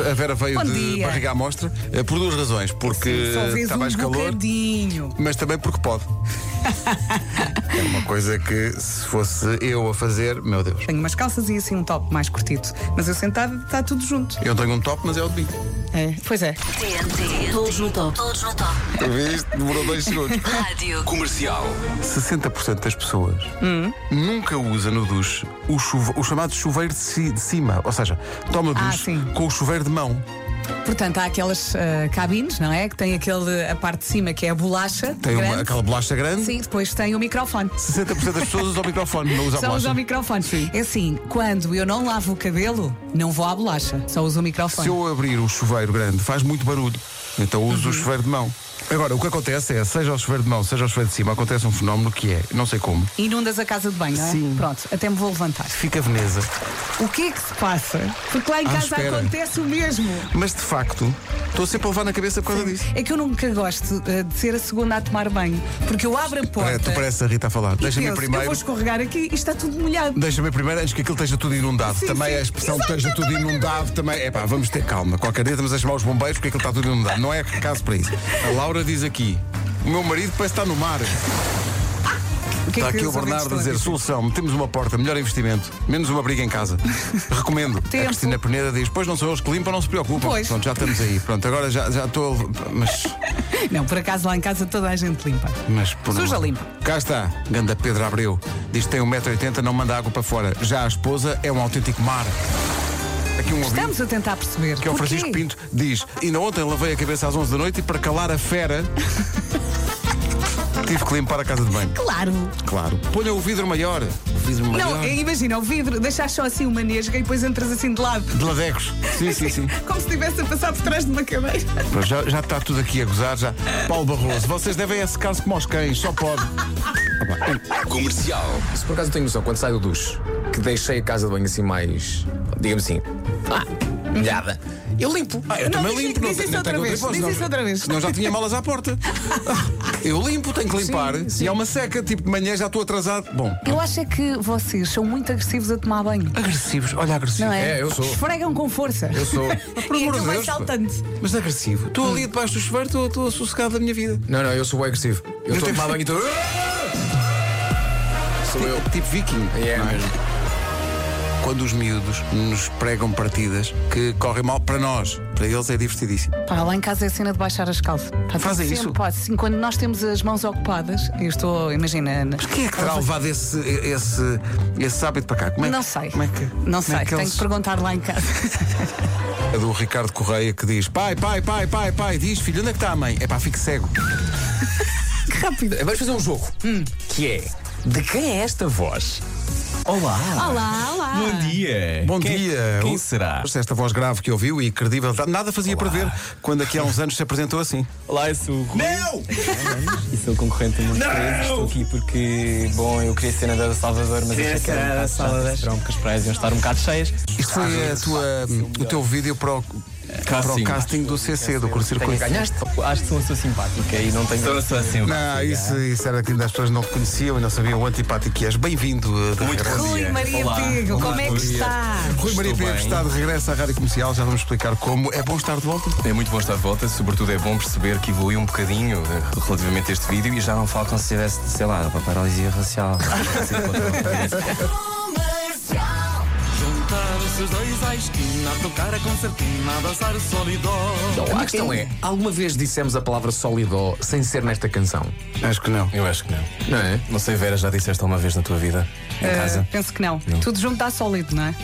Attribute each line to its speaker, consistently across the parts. Speaker 1: assim.
Speaker 2: A Vera veio
Speaker 3: Bom
Speaker 2: de
Speaker 3: dia.
Speaker 2: barriga à mostra eh, por duas razões. Porque
Speaker 3: Só
Speaker 2: eh,
Speaker 3: vês
Speaker 2: está
Speaker 3: um
Speaker 2: mais calor,
Speaker 3: bocadinho.
Speaker 2: mas também porque pode. é uma coisa que se fosse eu a fazer, meu Deus.
Speaker 3: Tenho umas calças e assim um top mais curtido. Mas eu sentada está tudo junto.
Speaker 2: Eu tenho um top, mas é o domingo.
Speaker 3: É, pois é.
Speaker 1: TNT. Todos no top. Todos no top.
Speaker 2: Viste? Demorou dois segundos.
Speaker 1: Rádio.
Speaker 4: Comercial.
Speaker 2: 60% das pessoas
Speaker 3: Hum.
Speaker 2: nunca usa no duche o, chuve- o chamado chuveiro de, ci- de cima. Ou seja, toma o
Speaker 3: Ah,
Speaker 2: duche
Speaker 3: sim.
Speaker 2: com o chuveiro de mão.
Speaker 3: Portanto, há aquelas ah, cabines, não é? Que tem aquele, a parte de cima que é a bolacha.
Speaker 2: Tem uma-
Speaker 3: grande.
Speaker 2: aquela bolacha grande.
Speaker 3: Sim, depois tem o microfone.
Speaker 2: 60% das pessoas usam o microfone, não usa a
Speaker 3: Só
Speaker 2: bolacha.
Speaker 3: usa o microfone. É assim, quando eu não lavo o cabelo, não vou à bolacha. Só uso o microfone.
Speaker 2: Se eu abrir o chuveiro grande, faz muito barulho. Então uso
Speaker 3: Uhum.
Speaker 2: o chuveiro de mão. Agora, o que acontece é, seja o chuveiro de mão, seja o chuveiro de cima, acontece um fenómeno que é, não sei como,
Speaker 3: Inundas a casa de banho, não é?
Speaker 2: Sim.
Speaker 3: Pronto, até me vou levantar.
Speaker 2: fica Veneza.
Speaker 3: O que é que se passa? Porque lá em
Speaker 2: Ah,
Speaker 3: casa
Speaker 2: espera.
Speaker 3: acontece o mesmo.
Speaker 2: Mas de facto, estou sempre a levar na cabeça por causa disso.
Speaker 3: É que eu nunca gosto eh, de ser a segunda a tomar banho, porque eu abro a
Speaker 2: Pare-
Speaker 3: porta.
Speaker 2: É, tu parece a Rita a falar.
Speaker 3: e
Speaker 2: Deixa-me
Speaker 3: penso, Eu
Speaker 2: primeiro.
Speaker 3: vou escorregar aqui e está tudo molhado.
Speaker 2: Deixa-me primeiro, antes que aquilo esteja tudo inundado.
Speaker 3: Sim,
Speaker 2: também é
Speaker 3: sim.
Speaker 2: a expressão
Speaker 3: Exato,
Speaker 2: esteja tudo inundado também. É pá, vamos ter calma. Qualquer dia estamos a chamar os bombeiros porque aquilo está tudo inundado. Não é caso para isso. A Laura diz aqui: o meu marido parece estar no mar.
Speaker 3: O que é
Speaker 2: Está
Speaker 3: que
Speaker 2: aqui o
Speaker 3: os ouvintes
Speaker 2: Bernardo a
Speaker 3: estão
Speaker 2: dizer: solução, metemos uma porta, melhor investimento, menos uma briga em casa. Recomendo. A
Speaker 3: Tempo.
Speaker 2: Cristina Peneira diz: pois não são eles que limpam, não se preocupam.
Speaker 3: Pois.
Speaker 2: Pronto, já estamos aí. Pronto, agora já já estou. a lev- Mas,
Speaker 3: Não, por acaso lá em casa toda a gente limpa.
Speaker 2: mas por um
Speaker 3: Suja limpa.
Speaker 2: Cá está, Ganda Pedro Abreu. Diz que tem 1,80m, não manda água para fora. Já a esposa é um autêntico mar. Aqui um ouvinte.
Speaker 3: Estamos a tentar perceber.
Speaker 2: Que é o
Speaker 3: Porquê?
Speaker 2: Francisco Pinto, diz: Ainda ontem lavei a cabeça às 11 da noite e para calar a fera tive que limpar a casa de banho.
Speaker 3: Claro.
Speaker 2: Claro. Ponha o vidro maior. O vidro
Speaker 3: Não, eh, imagina, o vidro, deixas só assim uma nesga e depois entras assim de lado.
Speaker 2: De ladecos. Sim, sim, sim.
Speaker 3: Como se estivesse a passar por trás de uma cadeira.
Speaker 2: Pois, Já, já está tudo aqui a gozar, já. Paulo Barroso, vocês devem é secar-se como aos cães, só pode.
Speaker 4: Comercial.
Speaker 5: Se por acaso eu tenho noção, quando saio do duche, que deixei a casa de banho assim mais, digamos assim, ah, molhada, eu limpo.
Speaker 2: Ah, eu
Speaker 3: Não,
Speaker 2: também
Speaker 3: diz-
Speaker 2: limpo,
Speaker 3: diz isso
Speaker 2: não
Speaker 3: outra
Speaker 2: tenho
Speaker 3: vez,
Speaker 2: hipótese,
Speaker 3: diz
Speaker 2: não.
Speaker 3: isso outra vez.
Speaker 2: Senão já tinha malas à porta. Ah, Eu limpo, tenho que limpar. E é uma seca, tipo de manhã já estou atrasado. Bom,
Speaker 3: Eu acho é que vocês são muito agressivos a tomar banho.
Speaker 2: agressivos, olha agressivo.
Speaker 3: Não é?
Speaker 5: É, eu sou.
Speaker 3: Esfregam com força.
Speaker 2: Eu sou.
Speaker 3: E é aquilo vai saltando.
Speaker 2: Mas agressivo. Estou ali debaixo do chuveiro, estou- estou sossegado da minha vida.
Speaker 5: Não, não, eu sou bem agressivo. Eu estou a tomar banho e estou. Sou eu.
Speaker 2: Tipo viking.
Speaker 5: É
Speaker 2: não
Speaker 5: mesmo.
Speaker 2: Quando os miúdos nos pregam partidas que correm mal para nós, para eles é divertidíssimo.
Speaker 3: Pá, lá em casa é a cena de baixar as calças. Pá,
Speaker 2: Fazem
Speaker 3: sempre,
Speaker 2: isso?
Speaker 3: Pá, assim, quando nós temos as mãos ocupadas, eu estou, imagina. na-
Speaker 2: Quem é que terá levado esse, esse, esse hábito para cá? Como é,
Speaker 3: Não sei.
Speaker 2: Como é que, como
Speaker 3: não
Speaker 2: é
Speaker 3: sei,
Speaker 2: que
Speaker 3: tenho
Speaker 2: eles-
Speaker 3: que perguntar lá em casa.
Speaker 2: A do Ricardo Correia que diz: pai, pai, pai, pai, pai, diz, filho, onde é que está a mãe? É pá, fique cego.
Speaker 5: Rápido. Vamos fazer um jogo.
Speaker 6: Hum.
Speaker 5: Que é. De quem é esta voz? Olá.
Speaker 3: Olá, olá.
Speaker 7: Bom dia!
Speaker 2: Bom
Speaker 7: Quem-
Speaker 2: dia.
Speaker 7: Quem
Speaker 2: O-
Speaker 7: será?
Speaker 2: Esta voz grave que ouviu e credível, nada fazia para ver quando aqui há uns anos se apresentou assim.
Speaker 6: Olá, eu sou o Rui
Speaker 7: Não!
Speaker 6: e sou o concorrente do mundo preso. Estou aqui porque, bom, eu queria ser nadador Salvador, mas achei que era um bocado chato, serão que as praias iam estar um bocado cheias.
Speaker 2: Isto foi a tua, o teu vídeo para o, para o
Speaker 6: Casting.
Speaker 2: casting do CC, do Curso Circuito.
Speaker 5: Ganhaste?
Speaker 6: Acho que sou uma pessoa simpática e não tenho.
Speaker 5: Então
Speaker 7: Sou, sou assim.
Speaker 2: Não, isso, isso era aquilo das pessoas não te conheciam e não sabiam o antipático que és. Bem-vindo. uh, de
Speaker 7: Muito
Speaker 2: regresso.
Speaker 7: bom
Speaker 3: Rui
Speaker 7: dia.
Speaker 3: Maria
Speaker 6: Olá.
Speaker 3: Pego,
Speaker 6: Olá,
Speaker 3: como é que
Speaker 6: bom dia.
Speaker 3: está?
Speaker 2: Rui Maria
Speaker 6: Estou
Speaker 2: Pego
Speaker 6: bem.
Speaker 2: está de regresso à Rádio Comercial, já vamos explicar como. É bom estar de volta?
Speaker 6: É muito bom estar de volta, sobretudo é bom perceber que evolui um bocadinho eh, relativamente a este vídeo e já não falo como se tivesse, sei lá, uma paralisia racial.
Speaker 8: Juntar-se os dois à esquina, a tocar a concertina, a dançar o sol e dó.
Speaker 5: Não, a questão é, alguma vez dissemos a palavra solidó sem ser nesta canção?
Speaker 2: Acho que não.
Speaker 6: Eu acho que não.
Speaker 5: Não é?
Speaker 6: Não sei, Vera, já disseste alguma vez na tua vida? Em
Speaker 3: Eh,
Speaker 6: casa?
Speaker 3: penso que não. Tudo junto está sólido, não é?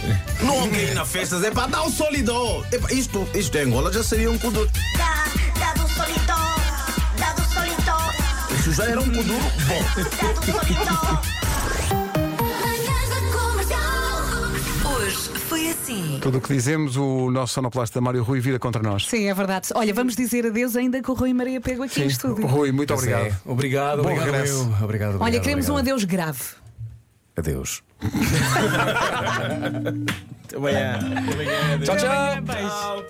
Speaker 7: Não quer ir na festas, é para dar o solidão. É para- isto, isto em Angola já seria um kudu.
Speaker 9: Da, dado solito, dado solito,
Speaker 7: Isso já era um kudu bom.
Speaker 9: dado solito. Manhãs da comercial.
Speaker 1: Hoje foi assim.
Speaker 2: Tudo o que dizemos, o nosso sonoplasta Mário Rui vira contra nós.
Speaker 3: Sim, é verdade. Olha, vamos dizer adeus ainda com o Rui Maria Pego aqui em estúdio.
Speaker 2: Rui, muito obrigado.
Speaker 5: É. Obrigado,
Speaker 2: Bom
Speaker 5: obrigado.
Speaker 2: regresso.
Speaker 5: eu. Obrigado, obrigado.
Speaker 3: Olha, queremos um
Speaker 5: obrigado.
Speaker 3: adeus grave.
Speaker 5: Adeus.
Speaker 6: Amanhã.
Speaker 5: Tchau, tchau.